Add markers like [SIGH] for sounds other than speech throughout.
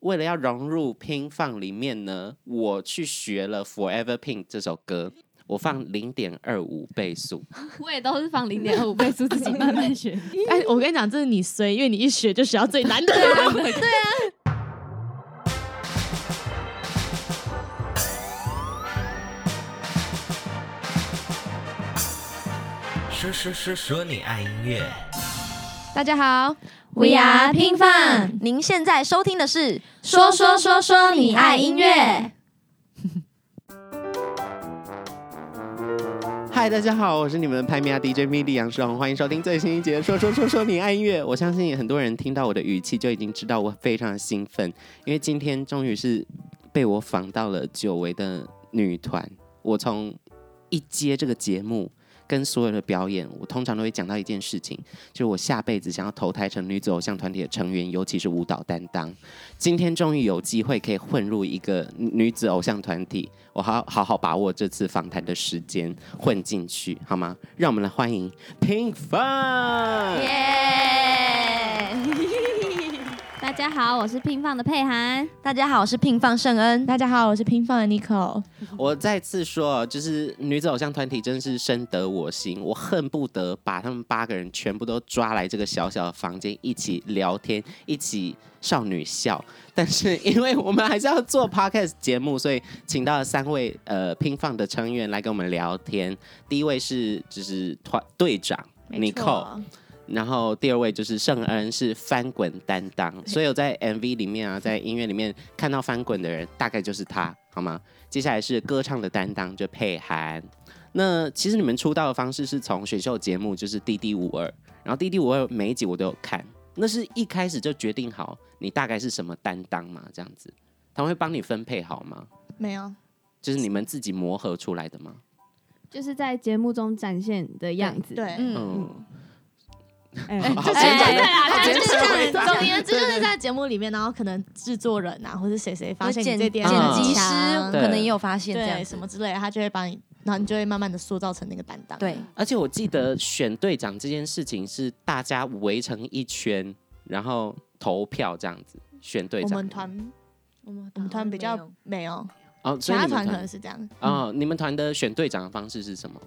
为了要融入 Pink 放里面呢，我去学了 Forever Pink 这首歌，我放零点二五倍速。我也都是放零点二五倍速自己慢慢 [LAUGHS] 学。哎，我跟你讲，这是你衰，因为你一学就学到最难的。啊啊 [LAUGHS] 说说说说你爱音乐，大家好， We are 拼饭您现在收听的是《说说说说你爱音乐。嗨，大家好，我是你们的拍米亚 DJ MIDI 杨世宏，欢迎收听最新一节《说说说说你爱音乐》。我相信很多人听到我的语气就已经知道我非常的兴奋，因为今天终于是被我访到了久违的女团。我从一接这个节目跟所有的表演，我通常都会讲到一件事情，就是我下辈子想要投胎成女子偶像团体的成员，尤其是舞蹈担当。今天终于有机会可以混入一个女子偶像团体，我好好好把握这次访谈的时间，混进去好吗？让我们来欢迎 Pink Fun。耶》。大家好，我是拼放的佩涵。大家好，我是聘放圣恩。大家好，我是拼放的 Nico。我再次说，就是女子偶像团体真是深得我心，我恨不得把他们八个人全部都抓来这个小小的房间，一起聊天，一起少女笑。但是因为我们还是要做 podcast 节目，所以请到了三位呃拼放的成员来跟我们聊天。第一位是就是团队长 Nicole，然后第二位就是圣恩是翻滚担当，所以有在 MV 里面啊，在音乐里面看到翻滚的人，大概就是他，好吗？接下来是歌唱的担当，就佩涵。那其实你们出道的方式是从选秀节目，就是《D D 五二》，然后《D D 五二》每一集我都有看。那是一开始就决定好你大概是什么担当嘛？这样子，他们会帮你分配好吗？没有，就是你们自己磨合出来的吗？就是在节目中展现的样子。对，嗯，[LAUGHS] 哎，就就直接讲啦啊就是这样对子，啦总言之就是在节目里面，然后可能制作人啊，或是谁谁发现剪你这点剪啊辑师强对可能也有发现这对样什子，么之类的，他就会帮你，然后你就会慢慢的塑造成那个担当。对，而且我记得选队长这件事情是大家围成一圈，然后投票这样子选队我长。们团我们我们团比较没有，哦，其所以他你团们可团能是这样，哦，你们团的选队长的方式是什么？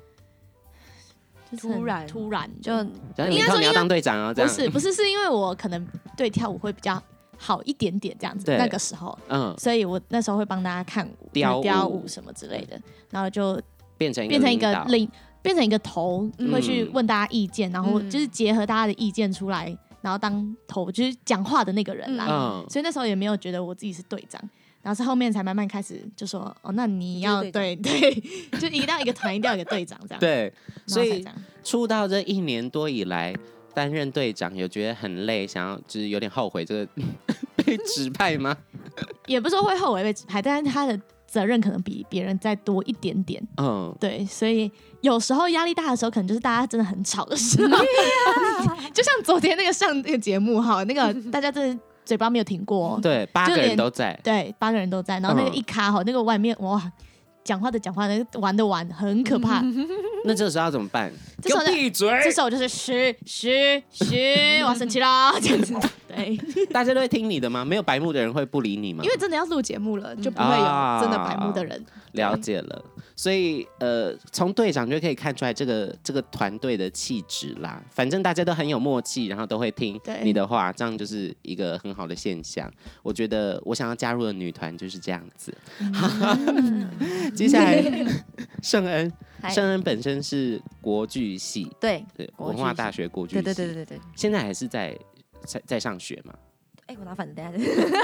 就是很突然突然的嗯就然后应你该说看你要因为当队长啊，这不样是不是是因为我可能对跳舞会比较好一点点这样子，对那个时候，嗯，所以我那时候会帮大家看舞、雕舞雕舞什么之类的，然后就变成变成一领个导领，变成一个头，嗯会去问大家意见，然后嗯就是结合大家的意见出来，然后当头就是讲话的那个人啦。嗯，所以那时候也没有觉得我自己是队长，然后是后面才慢慢开始就说哦，那你要就是对对， [LAUGHS] 就一定要一个团，一定要有一个队长这样。，对，所然后才以这样出道这一年多以来，担任队长有觉得很累，想要就是有点后悔这个 [LAUGHS] 被指派吗？ [LAUGHS] 也不是说会后悔被指派，但是他的责任可能比别人再多一点点。嗯，对，所以有时候压力大的时候，可能就是大家真的很吵的时候，嗯 [LAUGHS] 就像昨天那个上那个节目哈，[LAUGHS] 那个大家真的嘴巴没有停过哦，对，八个就人连都在，对，八个人都在，然后那个嗯一卡哈，那个外面哇，讲话的讲话，那个玩的玩，很可怕。那这时候要怎么办？这时候嗯给我闭嘴！这时候就是嘘嘘嘘，我要生气啦，这样子。对， [LAUGHS] 大家都会听你的吗？没有白目的人会不理你吗？因为真的要录节目了，就不会啊有真的白目的人。了解了，所以呃，从队长就可以看出来这个这个团队的气质啦。反正大家都很有默契，然后都会听对你的话，这样就是一个很好的现象。我觉得我想要加入的女团就是这样子。 [LAUGHS] [LAUGHS] 接下来，圣恩，嗯嗨圣恩本身是国剧系，对对，国文剧化系大学国剧对系，对对对对对。现在还是在在在上学嘛？哎，我拿反的，等一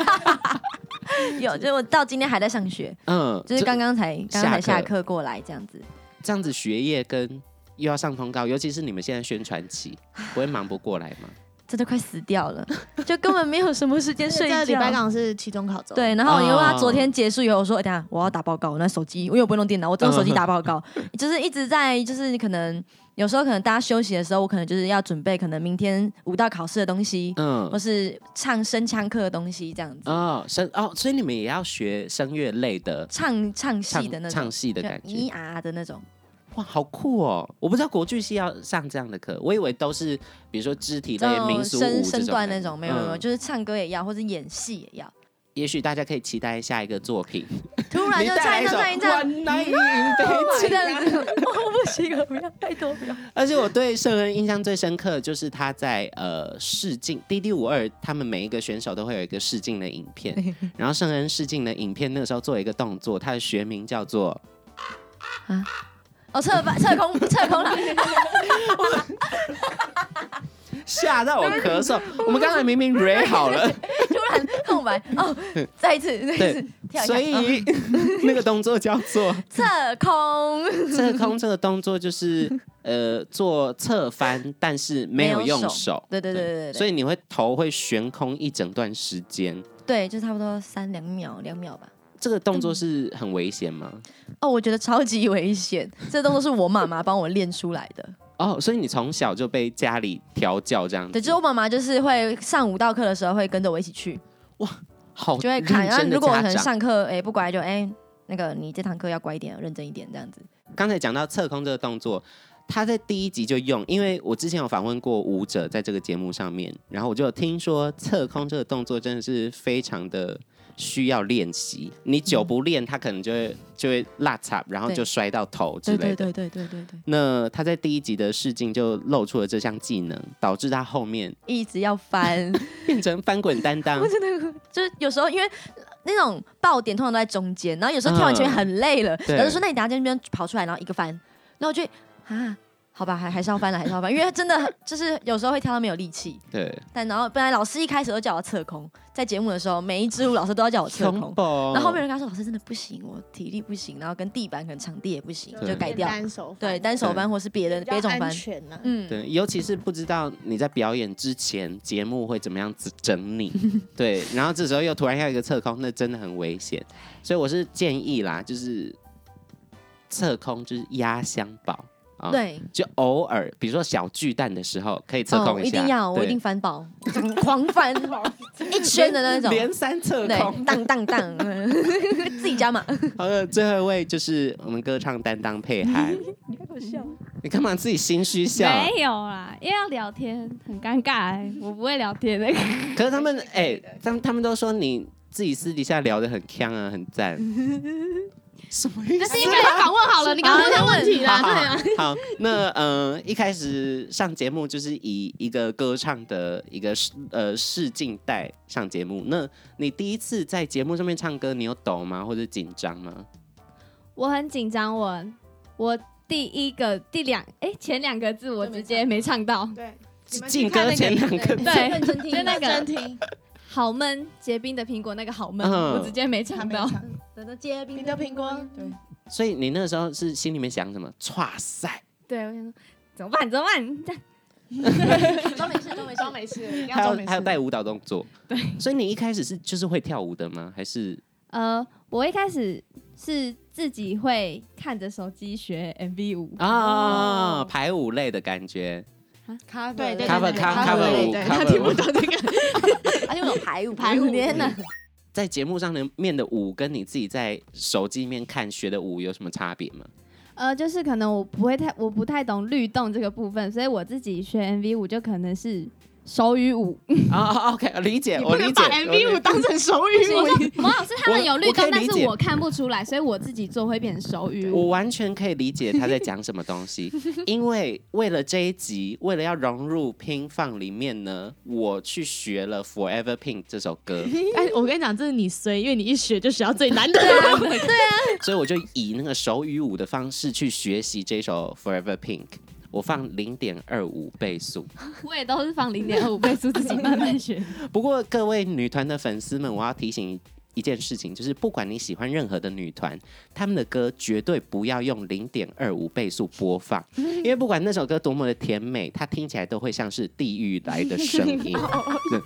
下。 [LAUGHS] 有，就是我到今天还在上学，嗯，就是这刚刚才刚刚才下下课课过来这样子。这样子学业跟。又要上通告，尤其是你们现在宣传期，不会忙不过来 [LAUGHS] 吗？真的快死掉了， [LAUGHS] 就根本没有什么时间睡这个礼拜刚觉。好是期中考周，，对，然后因为他哦昨天结束以后，我说：“哎等一下我要打报告，我那手机，因为我不会弄电脑，[LAUGHS] 我只用手机打报告。就是一直在，就是可能有时候可能大家休息的时候，我可能就是要准备可能明天舞蹈考试的东西，嗯，或是唱声腔课的东西这样子，哦，声哦，所以你们也要学声乐类的唱唱唱戏的那种，唱戏的就感咿觉，啊的那种。哇，好酷哦！我不知道国剧系要上这样的课，我以为都是比如说肢体这类、种民俗舞身这哦身种段的那种没有没有，嗯就是唱歌也要，或者演戏也要。也许大家可以期待下一个作品，突然你就带来站一首一站站一站，万难以云飞这尽样子，我不行了，不要，拜托不要。而且我对圣恩印象最深刻的就是他在呃试镜 D D 五二，他们每一个选手都会有一个试镜的影片，然后圣恩试镜的影片那个时候做一个动作，他的学名叫 [LAUGHS] 做哦，侧翻侧空侧空了，吓到我咳嗽，我们刚才明明 re 好了，突然空白哦，再一次再一次对 [LAUGHS] 跳一下，所哦 [LAUGHS] 以那个动作叫做侧空侧空，这个动作就是呃做侧翻，但是没有用手，对对对对对对所以你会头会悬空一整段时间，对，就差不多三两秒两秒吧。这个动作是很危险吗？哦，我觉得超级危险，这动作是我妈妈帮我练出来的。哦，所以你从小就被家里调教这样子，对，就是我妈妈就是会上舞蹈课的时候会跟着我一起去，好就会哦认看。然后真的如果我家可能长。上课哎、不乖就哎、那个你这堂课要乖一点，认真一点这样子。刚才讲到侧空这个动作，他在第一集就用，因为我之前有访问过舞者在这个节目上面，然后我就有听说侧空这个动作真的是非常的。需要练习，你久不练，他可能就会就会落差，然后对就摔到头之类的。对对对对，那他在第一集的试镜就露出了这项技能，导致他后面一直要翻， [LAUGHS] 变成翻滚担当。就是有时候因为。那种爆点通常都在中间，然后有时候跳完前面很累了，嗯对然后就说那你等下在那边跑出来，然后一个翻，然后我就啊，好吧，还还是要翻了，还是要翻，因为真的就是有时候会跳到没有力气，对，但然后本来老师一开始都叫我侧空，在节目的时候，每一支舞老师都要叫我 [LAUGHS] 侧空。然然后后面人跟他说：“老师真的不行，我体力不行，然后跟地板跟场地也不行，对就改掉。单手”对，单手班或是别的别种班安。全啊呢、嗯，对，尤其是不知道你在表演之前节目会怎么样子整 [LAUGHS] 你，对，然后这时候又突然要一个侧空，那真的很危险。所以我是建议啦，就是侧空就是压箱宝啊，，对，就偶尔比如说小巨蛋的时候可以侧哦，空一下，定要，我对一定翻爆， [LAUGHS] 狂翻 [LAUGHS] 一圈的那种。连三侧对空。，当当当， [LAUGHS] 自己加嘛。好的，最后一位就是我们歌唱担当佩 [LAUGHS] 涵，你干嘛自己心虚笑？啊没有啦，因为要聊天很尴尬、欸，我不会聊天的、可是他们哎，他们他们都说你自己私底下聊的很呛啊，很 [LAUGHS] 赞。什么意那思是？因为他访问好了，你刚刚问他问题啦，好对好啊。好，那嗯、呃一开始上节目就是以一个歌唱的一个试呃试镜带上节目。那你第一次在节目上面唱歌，你有抖吗？或者紧张吗？我很紧张，我我第一个第两哎、前两个字我直接没唱到，对，你们去进看歌那个前两个字，对，认真听就那 [LAUGHS] 认真个听，好闷，结冰的苹果那个好闷，嗯我直接没他唱没到有。唱等着结你的苹果，对，所以你那时候是心里面想什么？哇塞，对，我想说怎么办？怎么办？这样都没事，都没事，装没事，一定要还装没有事。还有带舞蹈动作。对，所以你一开始是就是会跳舞的吗？还是呃，我一开始是自己会看着手机学 MV 舞，哦啊、排舞类的感觉 cover，对对 cover 对 cover 舞对， cover 他舞听不懂那个， [LAUGHS] 而且我有哎排舞，排舞，天哪！在节目上面的舞，跟你自己在手机里面看学的舞有什么差别吗？呃，就是可能我不会太，我不太懂律动这个部分，所以我自己学 MV 舞就可能是手语舞。啊、o k 理解，你我不理能解。把我理 MV 舞当成手语我舞。说毛老师他们有律我我可动以，但理解是我看不出来，所以我自己做会变成手语我舞。完全可以理解他在讲什么 [LAUGHS] 东西，因为为了这一集，为了要融入拼放里面呢，我去学了《Forever Pink》这首 [LAUGHS] 歌，哎，我跟你讲，这是你衰，因为你一学就学到最难的。对啊，所以我就以那个手语舞的方式去学习这首《Forever Pink》，我放零点二五倍速。我也都是放零点二五 [LAUGHS] 倍速自己慢慢 [LAUGHS] 学。 [LAUGHS] 不过各位女团的粉丝们，我要提醒一件事情，就是不管你喜欢任何的女团，她们的歌绝对不要用零点二五倍速播放，因为不管那首歌多么的甜美，它听起来都会像是地狱来的声音。对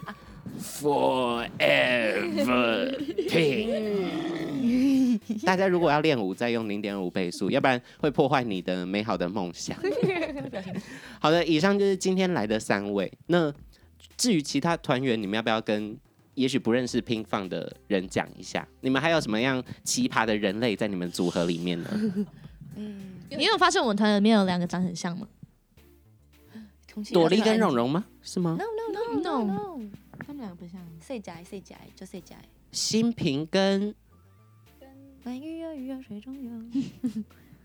Forever Pink。大家如果要练舞，再用零点五倍速，要不然会破坏你的美好的梦想。好的，以上就是今天来的三位。那至于其他团员，你们要不要跟也许不认识拼放的人讲一下？你们还有什么样奇葩的人类在你们组合里 [LAUGHS] 面呢？你有发现我们团里面有两个长很像吗朵莉跟蓉蓉吗？是吗？哦？No no no ？No，他们两个不像，谁家谁家就谁家，新平跟白鱼悠悠水中游，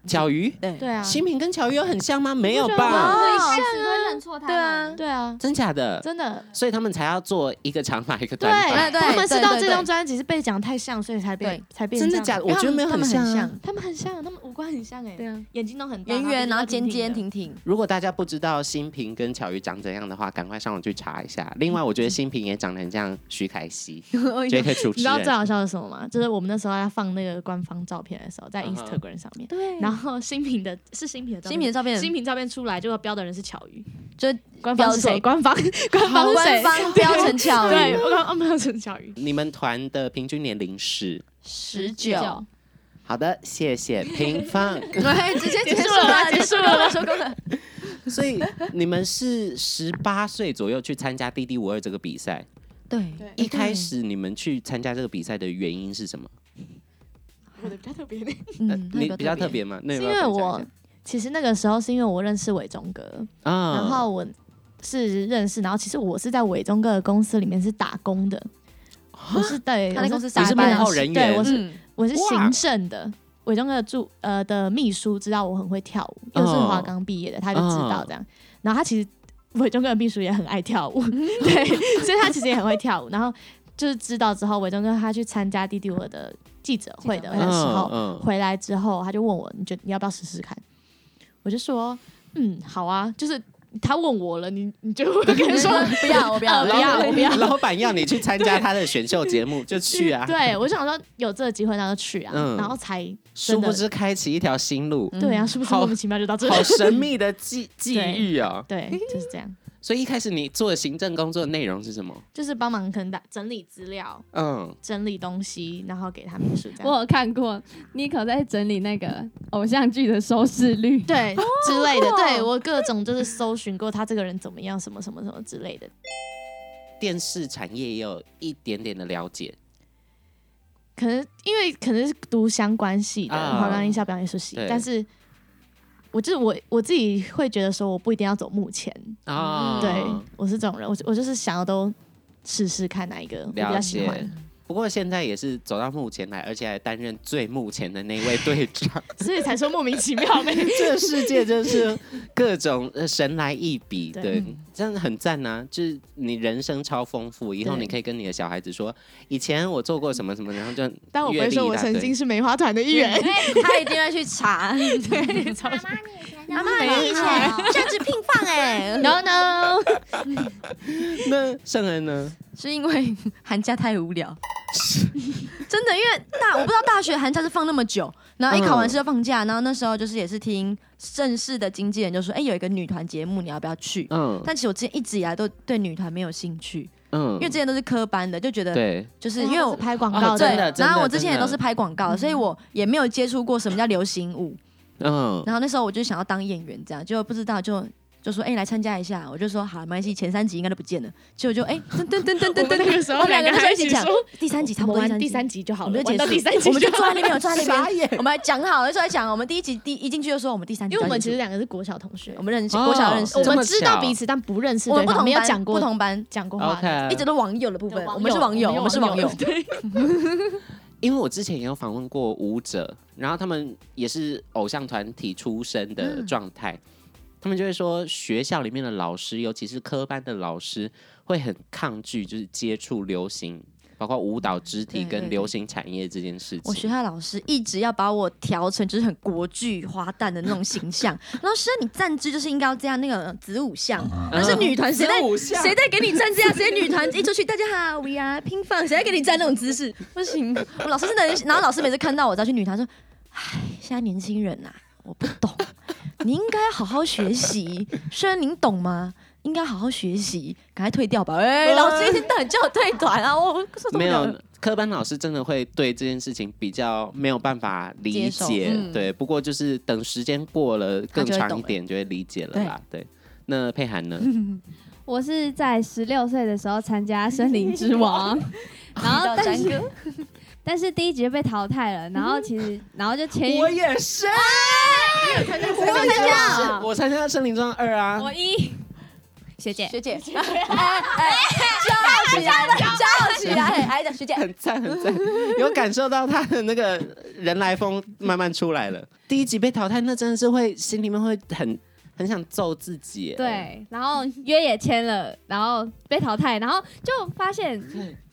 巧鱼，对对啊，新平跟巧鱼有很像吗？没有我吧？一开始会认错他对啊，们，对啊，真假的？真的。所以他们才要做一个长发一个对，短发，对他们是到对对这张专辑是被讲太像，所以才变才变真这的样假的？因我为觉得没有他们像很啊。像，他们很像，他们五官很像哎，啊，眼睛都很大圆圆，然后尖尖，挺挺挺，如果大家不知道新平跟巧鱼长怎样的话，赶快上网去查一下。另外，我觉得新平也长得很像徐凯 [LAUGHS] 熙，J.K. 主你持知道人最。好笑的是什么吗？就是我们那时候要放那个官方照片的时候，在嗯哼 Instagram 上面，对然后新品的是新品的照片新品的照片新品照片出来，结果标的人是巧鱼，就官方是谁？官方官方是官谁？方标成巧鱼，对，官方标成巧鱼。你们团的平均年龄是？十九，好的，谢 [LAUGHS] 谢平方。对，直 [LAUGHS] 接结结束了吗结束了吗收工了。所以你们是十八岁左右去参加滴滴五二这个比赛。对，对一开始你们去参加这个比赛的原因是什么？我的比较特别的，呃嗯，你比较特，别吗？那有是没因有为分享一我下其实那个时候是因为我认识伟忠哥，啊，然后我是认识，然后其实我是在伟忠哥的公司里面是打工的，啊我是对他我在是公司打打你班是扮幕后人员对我是嗯，我是哇行政的。伟忠哥的助呃的秘书知道我很会跳舞，又是哦华冈毕业的，他就知嗯道这样。然后他其实伟忠哥的秘书也很爱 [LAUGHS] 跳舞，对，所以他其实也很会跳舞。然后就是知道之后，伟忠哥他去参加弟弟我的记者会的记者会时候，嗯回来之后，他就问我，你觉得你要不要试试看？我就说，嗯，好啊，就是他问我了，你你就会跟你他说说 [LAUGHS] 不要，我不要，呃不要我不要 [LAUGHS] 老板要你去参加他的选秀节目就 [LAUGHS] 去啊，嗯对我就想说有这个机会那就去啊，嗯然后才殊真的不知开启一条新路，对啊，是不是好莫名其妙就到这里？好神秘的际际遇啊！ [LAUGHS] 对，就是这样，所以一开始你做的行政工作的内容是什么？就是帮忙可能打整理资料、嗯，整理东西，然后给他们数这样。我有看过 Nico 在整理那个偶像剧的收视率，对之类的，对我各种就是搜寻过他这个人怎么样，什么什么什么之类的。电视产业也有一点点的了解可能因为可能是读相关系的，啊华冈艺校表演艺术系对，但是我就是我我自己会觉得说，我不一定要走幕前，啊。嗯对我是这种人，我我就是想要都试试看哪一个我比了较喜解欢，。不过现在也是走到幕前来，而且还担任最幕前的那位队长。所以才说莫名其妙 [LAUGHS] 呗。这个世界真是各种呃神来一笔，对对嗯，真的很赞呐、就是你人生超丰富，以后对你可以跟你的小孩子说，以前我做过什么什么，然后就但我不阅会历说我一大堆曾经是梅花团的一员，哎他一定要 [LAUGHS] 去查。对，超妈妈你以前政治拼放哎， no no，那圣恩呢？ [LAUGHS] 是因为寒假太无 [LAUGHS] 聊。真的，因为大我不知道大学寒假是放那么久，然后哎嗯一考完试就放假，然后那时候就是也是听正式的经纪人就说，哎、有一个女团节目，你要不要去？嗯但其实我之前一直以来都对女团没有兴趣，嗯因为之前都是科班的，就觉得对就是因为我拍广哦告真对的，真然后我之真前也的都是拍广告，所以我也没有接触过什么叫流行舞。嗯然后那时候我就想要当演员，这样结果不知道就就说哎、来参加一下，我就说好，没关系，前三集应该都不见了，结果就哎噔噔噔噔噔噔，那个时候我们两两个个那时候还一一起起讲说，第三集差不我多们玩第三集。集就好我了，们就玩结到束，第三集我们就好坐在了那边，我坐在那傻边，我们还讲好了，就在讲我们第一集第一进去就说我们第三集因就为我要们结其束，实两个是国小同学我，们认识，哦我小认识，这我么们知道巧彼此，但不认识我对们不方，同没有班，讲过不同班，讲过话的。 ，OK，一直都网友的部分，我们是网友，我们是网友，对，因为我之前也有访问过舞者，然后他们也是偶像团体出身嗯的状态，他们就会说学校里面的老师，尤其是科班的老师，会很抗拒就是接触流行，包括舞蹈、肢体对对跟流行产业这件事我学情。校老师一直要把我调成就是很国剧花旦的那种形象，然后说你站姿就是应该要这样，那个子午像，嗯那是女团，谁在谁在给你站这样？谁女团一出去，大家好，We are 拼放，谁在给你站那种姿势？不行，我老师真的很，然后老师每次看到我再去女团说，唉，现在年轻人呐、我不懂，你应该好好学习，虽然您懂吗？应该好好学习，赶快退掉吧！哎、老师一天到晚叫我退团啊，我我受不没有了了。科班老师真的会对这件事情比较没有办法理接受解，嗯对。不过就是等时间过了他更就会长懂一了点就会理解了啦。对，那佩涵呢？我是在十六岁的时候参加《森林之王》， [LAUGHS] 然哦后但遇到是但是第一集就被淘汰了，然后其实然后就签约，也是，哎我参加我参加《森林之王二》啊，我一，学姐，学姐，哎哎，叫起来了，叫起来了，哎，学姐，很赞很赞，有感受到他的那个人来疯慢慢出来了。第一集被淘汰，那真的是会心里面会很很想揍自己耶。对，然后约也签了，然后被淘汰，然后就 [LAUGHS] 发现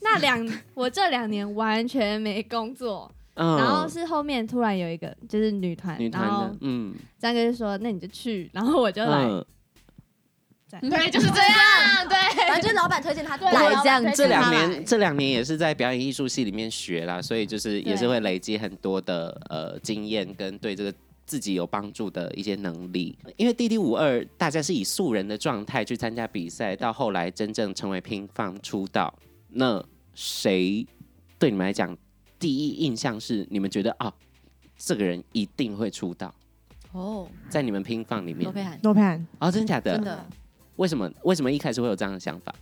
那两我这两年完全没工作，嗯，然后是后面突然有一个就是女团，女团然后的，嗯，张哥就说那你就去，然后我就来，嗯， [LAUGHS] 对，就是这样，对。反正就是老板推荐他来来这样这两年这两年也是在表演艺术系里面学啦，所以就是也是会累积很多的呃经验跟对这个。自己有帮助的一些能力，因为《弟弟五二》大家是以素人的状态去参加比赛，到后来真正成为拼放出道，那谁对你们来讲第一印象是你们觉得啊、这个人一定会出道，哦，在你们拼放里面罗佩涵，罗盘，哦，真的假的？真的，为什么为什么一开始会有这样的想法？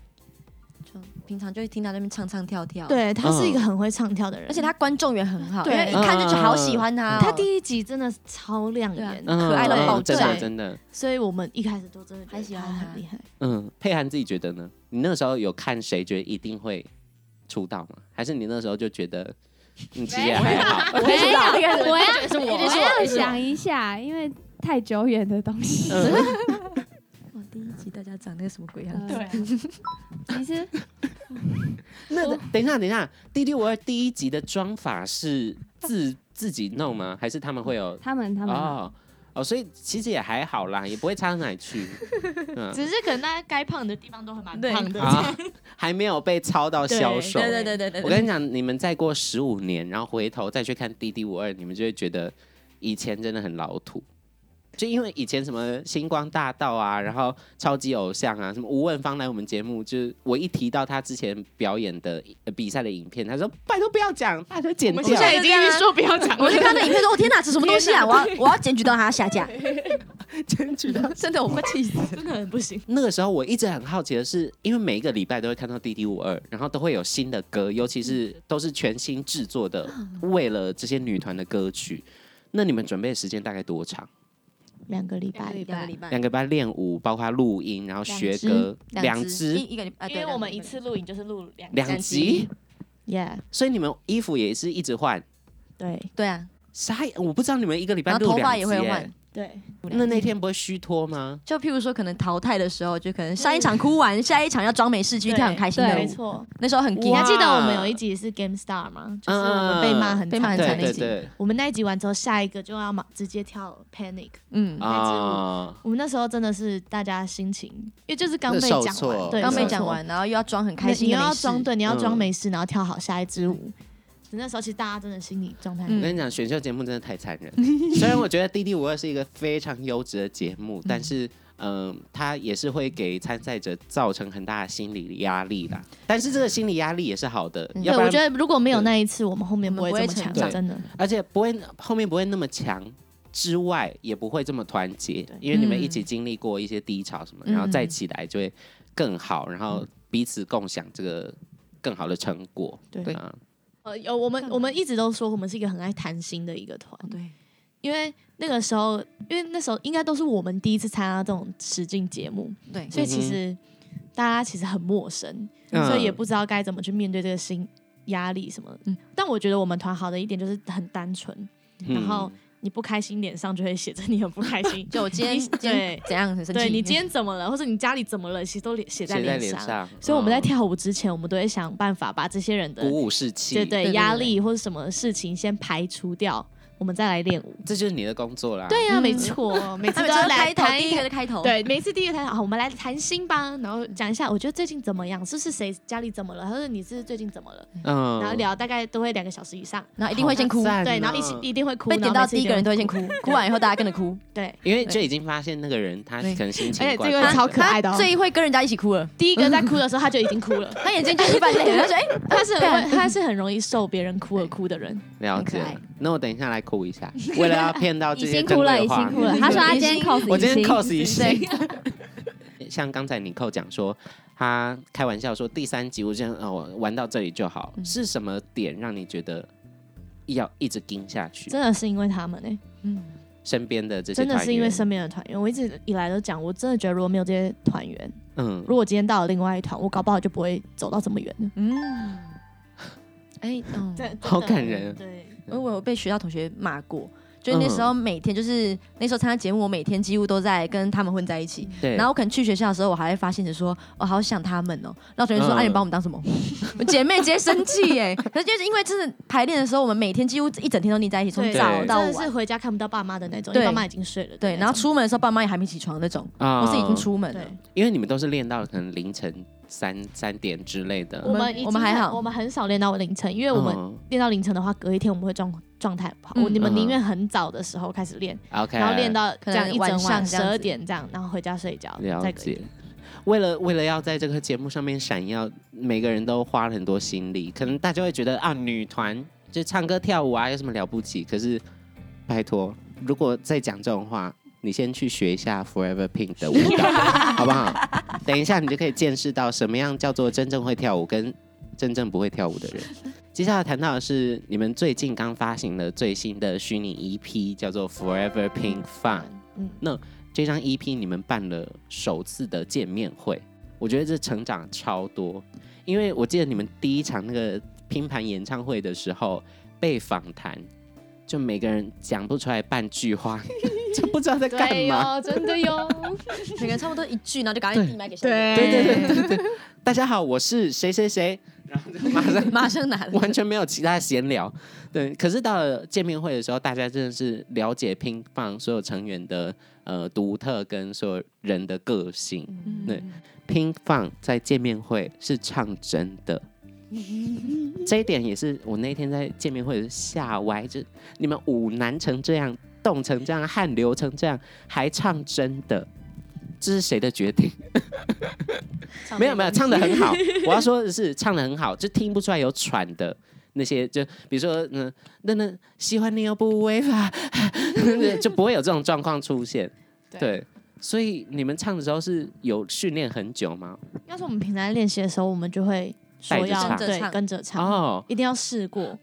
就平常就会听他那边唱唱跳 [LAUGHS] 跳，，对他嗯是一个很会唱跳的人，而且他观众缘很好，对因为一看就好喜欢他哦，他第一集真的是超亮眼，嗯可爱到嗯爆真炸欸的真的，所以我们一开始都真的觉还得喜他欢他很厉害。嗯，佩涵自己觉得呢？你那个时候有看谁觉得一定会出道吗？还是你那时候就觉得你其实也还好？ [LAUGHS] 我没 [LAUGHS] 有，一开始我要是我一定是我我要一定是我想一下，因为太久远的东西，嗯，哇，第一集大家长那个什么鬼啊样子？对，其实那等一下，等一下，《弟弟我二》第一集的妆法是自自己弄吗？还是他们会有？他们他们哦哦，所以其实也还好啦，也不会差到哪里去。嗯只是可能大家该胖的地方都很蛮对胖的，啊， [LAUGHS] 还没有被操到销售。对对对呃对对我对，跟嗯你讲，你们再过十五年，然后回头再去看《滴滴五二》，你们就会觉得以前真的很老土。就因为以前什么星光大道啊，然后超级偶像啊，什么吴问芳来我们节目，就是我一提到他之前表演的、呃比赛的影片，他说拜托不要讲，拜托剪我掉们。现在已经啊预说不要讲我了就。看到影片说，我哦天哪，这什么东西啊！我要我要检举到他下架，真知 [LAUGHS] 道。真的我快气死。真的很不行，那个时候我一直很好奇的是，因为每一个礼拜都会看到《滴滴五二》，然后都会有新的歌，尤其嗯是都是全新制作的，为了这些女团的歌曲。那你们准备的时间大概多长？两个礼拜，两个礼拜两，个班练舞，包括录音，然后学歌，两支一一个礼拜，因为我们一次录影就是录两两集， ，Yeah，所以你们衣服也是一直换。对对啊，啥？我不知道你们一个礼拜然后录头两发集也会耶换。对，那那天不会虚脱吗？就譬如说，可能淘汰的时候，就可能上一场哭完，下一场要装没事继续跳很开心对的没舞。错。那时候很哇紧你还记得我们有一集是 Game Star 吗？就是我们被骂很被骂惨对的那很惨那嗯对集。对，我们那一集完之后，下一个就要马直接跳 Panic。嗯，啊，我们那时候真的是大家心情，因为就是刚那被受讲挫完，对，刚被受挫讲完，然后又要装很开心你的又没要事装，对，你要装嗯没事，然后跳好下一支舞。那时候其实大家真的心理状态，我跟你讲，选秀节目真的太残忍。虽然我觉得《D D 五二》是一个非常优质的节目，但是。嗯，它也是会给参赛者造成很大的心理压力啦。但是这个心理压力也是好的，要嗯对，不然我觉得如果没有那一次，我们后面我们不会不这么会强成长，真的。而且不会后面不会那么强，之外也不会这么团结对，因为你们一起经历过一些低潮什么，嗯然后再起来就会更好，然后彼此共享这个更好的成果。对啊，呃，有我们我们一直都说，我们是一个很爱谈心的一个团，哦对，因为那个时候，因为那时候应该都是我们第一次参加这种实境节目，对所以其实大家其实很陌生，嗯所以也不知道该怎么去面对这个心压力什么的。嗯，但我觉得我们团好的一点就是很单纯，嗯然后你不开心脸上就会写着你很不开心 [LAUGHS] [LAUGHS] 就我今天你今天对怎样很生气？对你今天怎么了，或者你家里怎么了，其实都脸写写在在脸脸上。上，所以我们在嗯跳舞之前，我们都会想办法把这些人的鼓舞士气，对对对对压对力或者什么事情先排除掉，我们再来练嗯舞。这就是你的工作啦。对呀、没错，哦每次他都们要就来开头谈第一一个个就。开头，，对，每次第一个谈好，我们来谈心吧，然后讲一下，我觉得最近怎么样，是不是谁家里怎么了，或者你是最近怎么了，嗯，然后聊大概都会两个小时以上，然后一定会先哭，赞对，然后一哦起一定会哭，被然点后到每次第一个人都会定先哭， [LAUGHS] 哭完以后大家跟着哭，对，因为就已经发现那个人他可能心情而且怪这个怪超的可爱的哦他最会跟人家一起哭了，第一个在哭的时候他就已经哭 [LAUGHS] 了，他眼睛就是半 [LAUGHS] 泪，他说：“哎，他是很会他是很容易受别人哭而哭的人，了很可解爱。那我等一下来哭一下，为了要骗到这已些经珍哭贵了，的已经画哭面了。。他说他今天 cos [LAUGHS] 我今天已经 cos 一星。 [LAUGHS] 像刚才尼寇讲说，他开玩笑说第三集我这样哦玩到这里就好，嗯是什么点让你觉得要一直盯下去？真的是因为他们哎、身边的这些真的团是因员为身边的团员，我一直以来都讲，我真的觉得如果没有这些团员，嗯，如果今天到了另外一团，我搞不好就不会走到这么远了。嗯，哎，嗯，对，好感人对，我我有被学校同学骂过，就是那时候每天嗯就是那时候参加节目，我每天几乎都在跟他们混在一起。对，然后我可能去学校的时候，我还会发现着说，我、好想他们哦。然后同学说：“嗯啊，你把我们 [LAUGHS] 当什么？”我姐妹直接生气耶。可是就是因为真的排练的时候，我们每天几乎一整天都腻在一起，从对早对到真的是晚。回家看不到爸妈的那种，因对为爸妈已经睡了。对，然后出门的时候，爸妈也还没起床那种，啊我是已经出门了对。，因为你们都是练到可能凌晨三三点之类我的，们们已我经们还很好我们很少练到凌晨，因为我们嗯练到凌晨的话，隔一天我们会状状态不好。我嗯你们嗯宁愿很早的时候开始练， OK，然后练到可这能样一晚整上晚这十样子二点这样，然后回家睡觉，了再隔一解天。。为了为了要在这个节目上面闪耀，每个人都花了很多心力。可能大家会觉得啊，女团就唱歌跳舞啊，有什么了不起？可是，拜托，如果再讲这种话，你先去学一下 Forever Pink 的舞 [LAUGHS] 蹈，好不好？等一下你就可以见识到什么样叫做真正会跳舞跟真正不会跳舞的人。接下来谈到的是你们最近刚发行的最新的虚拟 EP，叫做 Forever Pink Fun。嗯这张 EP 你们办了首次的见面会，我觉得这成长超多，因为我记得你们第一场那个拼盘演唱会的时候被访谈，就每个人讲不出来半句话，就不知道在干对嘛。哟，真的哟，每个人差不多一句，然后就赶快递麦给下一个人，对对对对对，大家好，我是谁谁谁，然后就马上马上拿了。完全没有其他闲聊。对，可是到了见面会的时候，大家真的是了解乒乓所有成员的呃独特跟所有人的个性。对，乒乓在见面会是唱真的。这一点也是我那天在见面会吓歪，就你们舞难成这样，动成这样，汗流成这样，还唱真的，这是谁的决定？没有没有，唱的很好。我要说的是，唱的很好，就听不出来有喘的那些，就比如说，嗯，那那喜欢你又不违法， [LAUGHS] 就不会有这种状况出现。对对，所以你们唱的时候是有训练很久吗？要是我们平常练习的时候，我们就会说带着要唱对跟着唱，哦，一定要试过。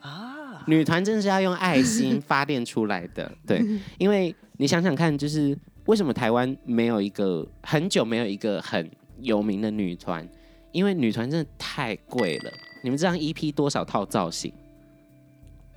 女团真的是要用爱心发电出来的，对，因为你想想看，就是为什么台湾没有一个很久没有一个很有名的女团，因为女团真的太贵了。你们这张 EP 多少套造型？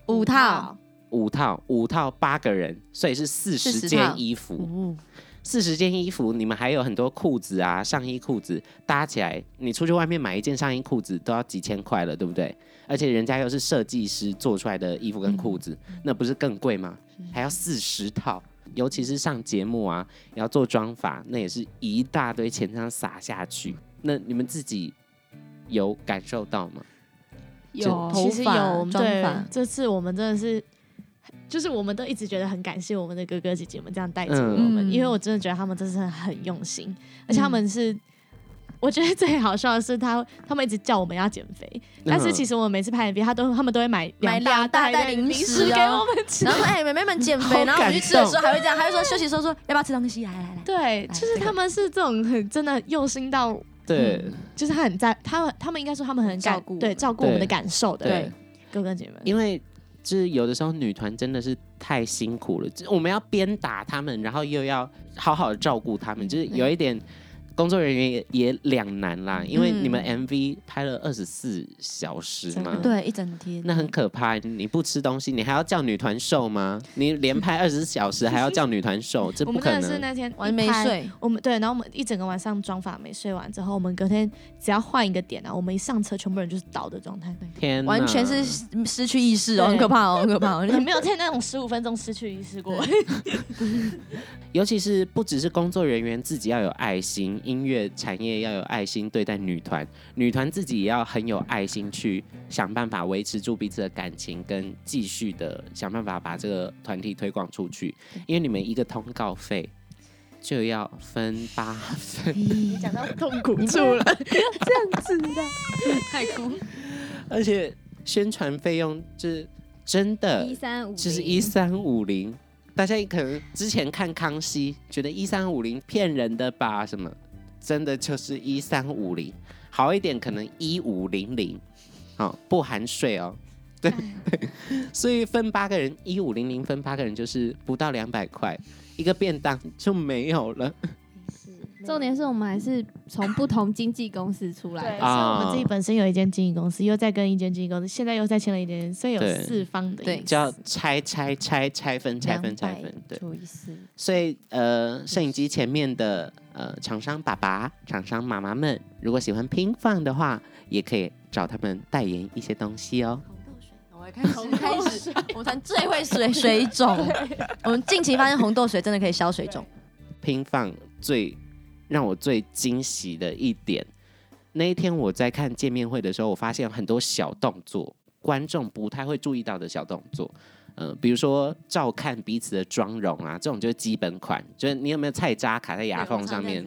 五套，五套，五套八个人，所以是四十40件套衣服。四十件衣服，你们还有很多裤子啊、上衣、裤子搭起来，你出去外面买一件上衣、裤子都要几千块了，对不对？而且人家又是设计师做出来的衣服跟裤子，那不是更贵吗？还要四十套，尤其是上节目啊，也要做妆发，那也是一大堆钱这样撒下去。那你们自己有感受到吗？有其实头发有妆对发，这次我们真的是，就是我们都一直觉得很感谢我们的哥哥姐姐们这样带着我们，嗯因为我真的觉得他们真的是很用心，而且他们是。我觉得最好笑的是他，他们一直叫我们要减肥，嗯但是其实我们每次拍 MV，他都他们都会买买大两大袋的零零食给哦我们吃。 [LAUGHS] 然后说：“哎、妹妹们减肥。”然后我们去吃的时候还会这样，还会说休息的时候说要不要吃东西？来来来，对，哎就是这个他们是这种很真的用心到，对，就是他很在他们他们应该说他们很感照顾我对们照顾我们的感受的对哥哥姐们。因为就是有的时候女团真的是太辛苦了，就是我们要鞭打她们，然后又要好好的照顾她嗯们，就是有一点工作人员也也两难啦，因为你们 MV 拍了二十四小时嘛嗯真。的对，一整天。那很可怕，你不吃东西，你还要叫女团瘦吗？你连拍二十小时还要叫女团瘦，这不我们可真的是能。那天完没一拍，睡，我们对，然后我们一整个晚上妆发没睡完之后，我们隔天只要换一个点啊，我们一上车，全部人就是倒的状态，天哪，完全是失去意识哦，对很可怕哦，很可怕哦。没有在那种十五分钟失去意识过。尤其是不只是工作人员自己要有爱心，音乐产业要有爱心对待女团，女团自己也要很有爱心去想办法维持住彼此的感情，跟继续的想办法把这个团体推广出去。因为你们一个通告费就要分八分，讲到痛苦处了，而且宣传费用就是真的一三五，呃就是一三五零。大家可能之前看康熙，觉得一三五零骗人的吧？什么，真的就是一三五零，好一点可能一五零零，好不含税哦。对， [LAUGHS] 所以分八个人，一五零零分八个人就是不到两百块，一个便当就没有了。重点是我们还是从不同经纪公司出来对，的，所以啊我我们自己本身有一间经纪公司，又在跟一间经纪公司，现在又在签了一间，所以有对四方的对意思叫拆拆拆拆分拆分拆分，对，有意思。所以呃，摄影机前面的呃厂商爸爸、厂商妈妈们，如果喜欢拼放的话，也可以找他们代言一些东西哦。我们开始开 [LAUGHS] 始，我们团最会水水 [LAUGHS] 肿。我们近期发现红豆水真的可以消水肿，拼放最让我最惊喜的一点，那一天我在看见面会的时候，我发现有很多小动作，观众不太会注意到的小动作。呃，比如说照看彼此的妆容啊，这种就是基本款，就是你有没有菜渣卡在牙缝上面？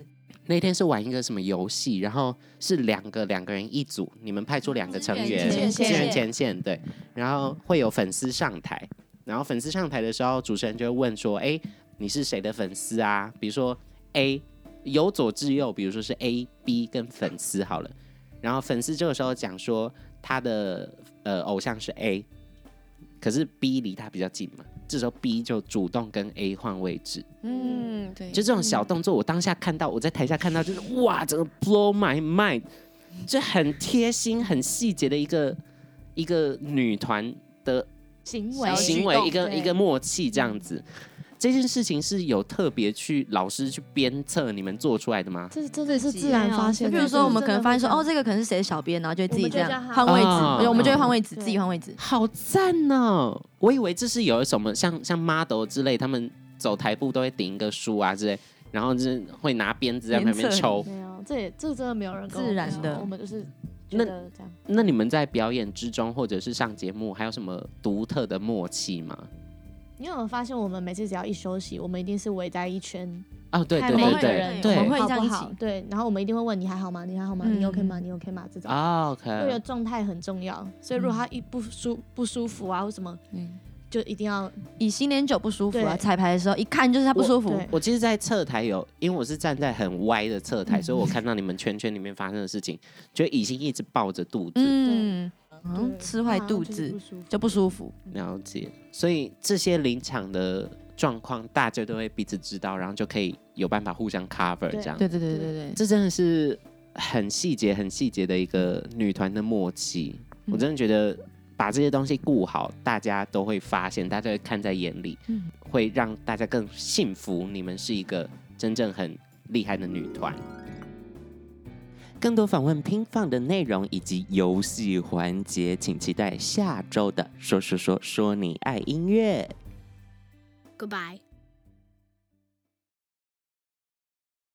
那天是玩一个什么游戏，然后是两个两个人一组，你们派出两个成员，支援前线支援前线对，然后会有粉丝上台，然后粉丝上台的时候，主持人就会问说：“哎，你是谁的粉丝啊？”比如说 A 由左至右，比如说是 A、B 跟粉丝好了，然后粉丝这个时候讲说他的呃偶像是 A，可是 B 离他比较近嘛，这时候 B 就主动跟 A 换位置。嗯，对，就这种小动作，我当下看到，我在台下看到，就是哇，整个 blow my mind，这很贴心、很细节的一个一个女团的行小举行为，动一个对一个默契这样子。这件事情是有特别去老师去鞭策你们做出来的吗？这真的是自然发现比的。如说我们可能发现说，哦，这这个可能是谁的小编，然后就会自己这我们样就叫他换位置，哦我觉得我们就会换位置，对自己换位置。好赞哦！我以为这是有什么像像 model 之类，他们走台步都会顶一个书啊之类，然后就是会拿鞭子在旁边鞭策抽。没有，哦这也这真的没有人跟我自然的说我们就是觉那得这样。那你们在表演之中，或者是上节目，还有什么独特的默契吗？你有没有发现，我们每次只要一休息，我们一定是围在一圈，哦，对看对每对一个人对我们对会这样一起好不好对，然后我们一定会问你还好吗？你还好吗？嗯你 OK 吗？你 OK 吗？这种，啊因为，OK，状态很重要，所以如果他一不舒不舒服啊，或什么，嗯就一定要以新年酒不舒服对啊，彩排的时候一看就是他不舒服我。对我其实，在侧台有，因为我是站在很歪的侧台，所以我看到你们圈圈里面发生的事情，就已经一直抱着肚子，嗯，好对像吃坏肚就是子不舒服就不舒服。了解。所以这些临场的状况，大家都会彼此知道，然后就可以有办法互相 cover 对这样。对对对对对，这真的是很细节、很细节的一个女团的默契。嗯我真的觉得把这些东西顾好，大家都会发现，大家会看在眼里，嗯会让大家更信服你们是一个真正很厉害的女团。更多访问拼放的内容以及游戏环节，请期待下周的《说说说说你爱音乐》。 Goodbye.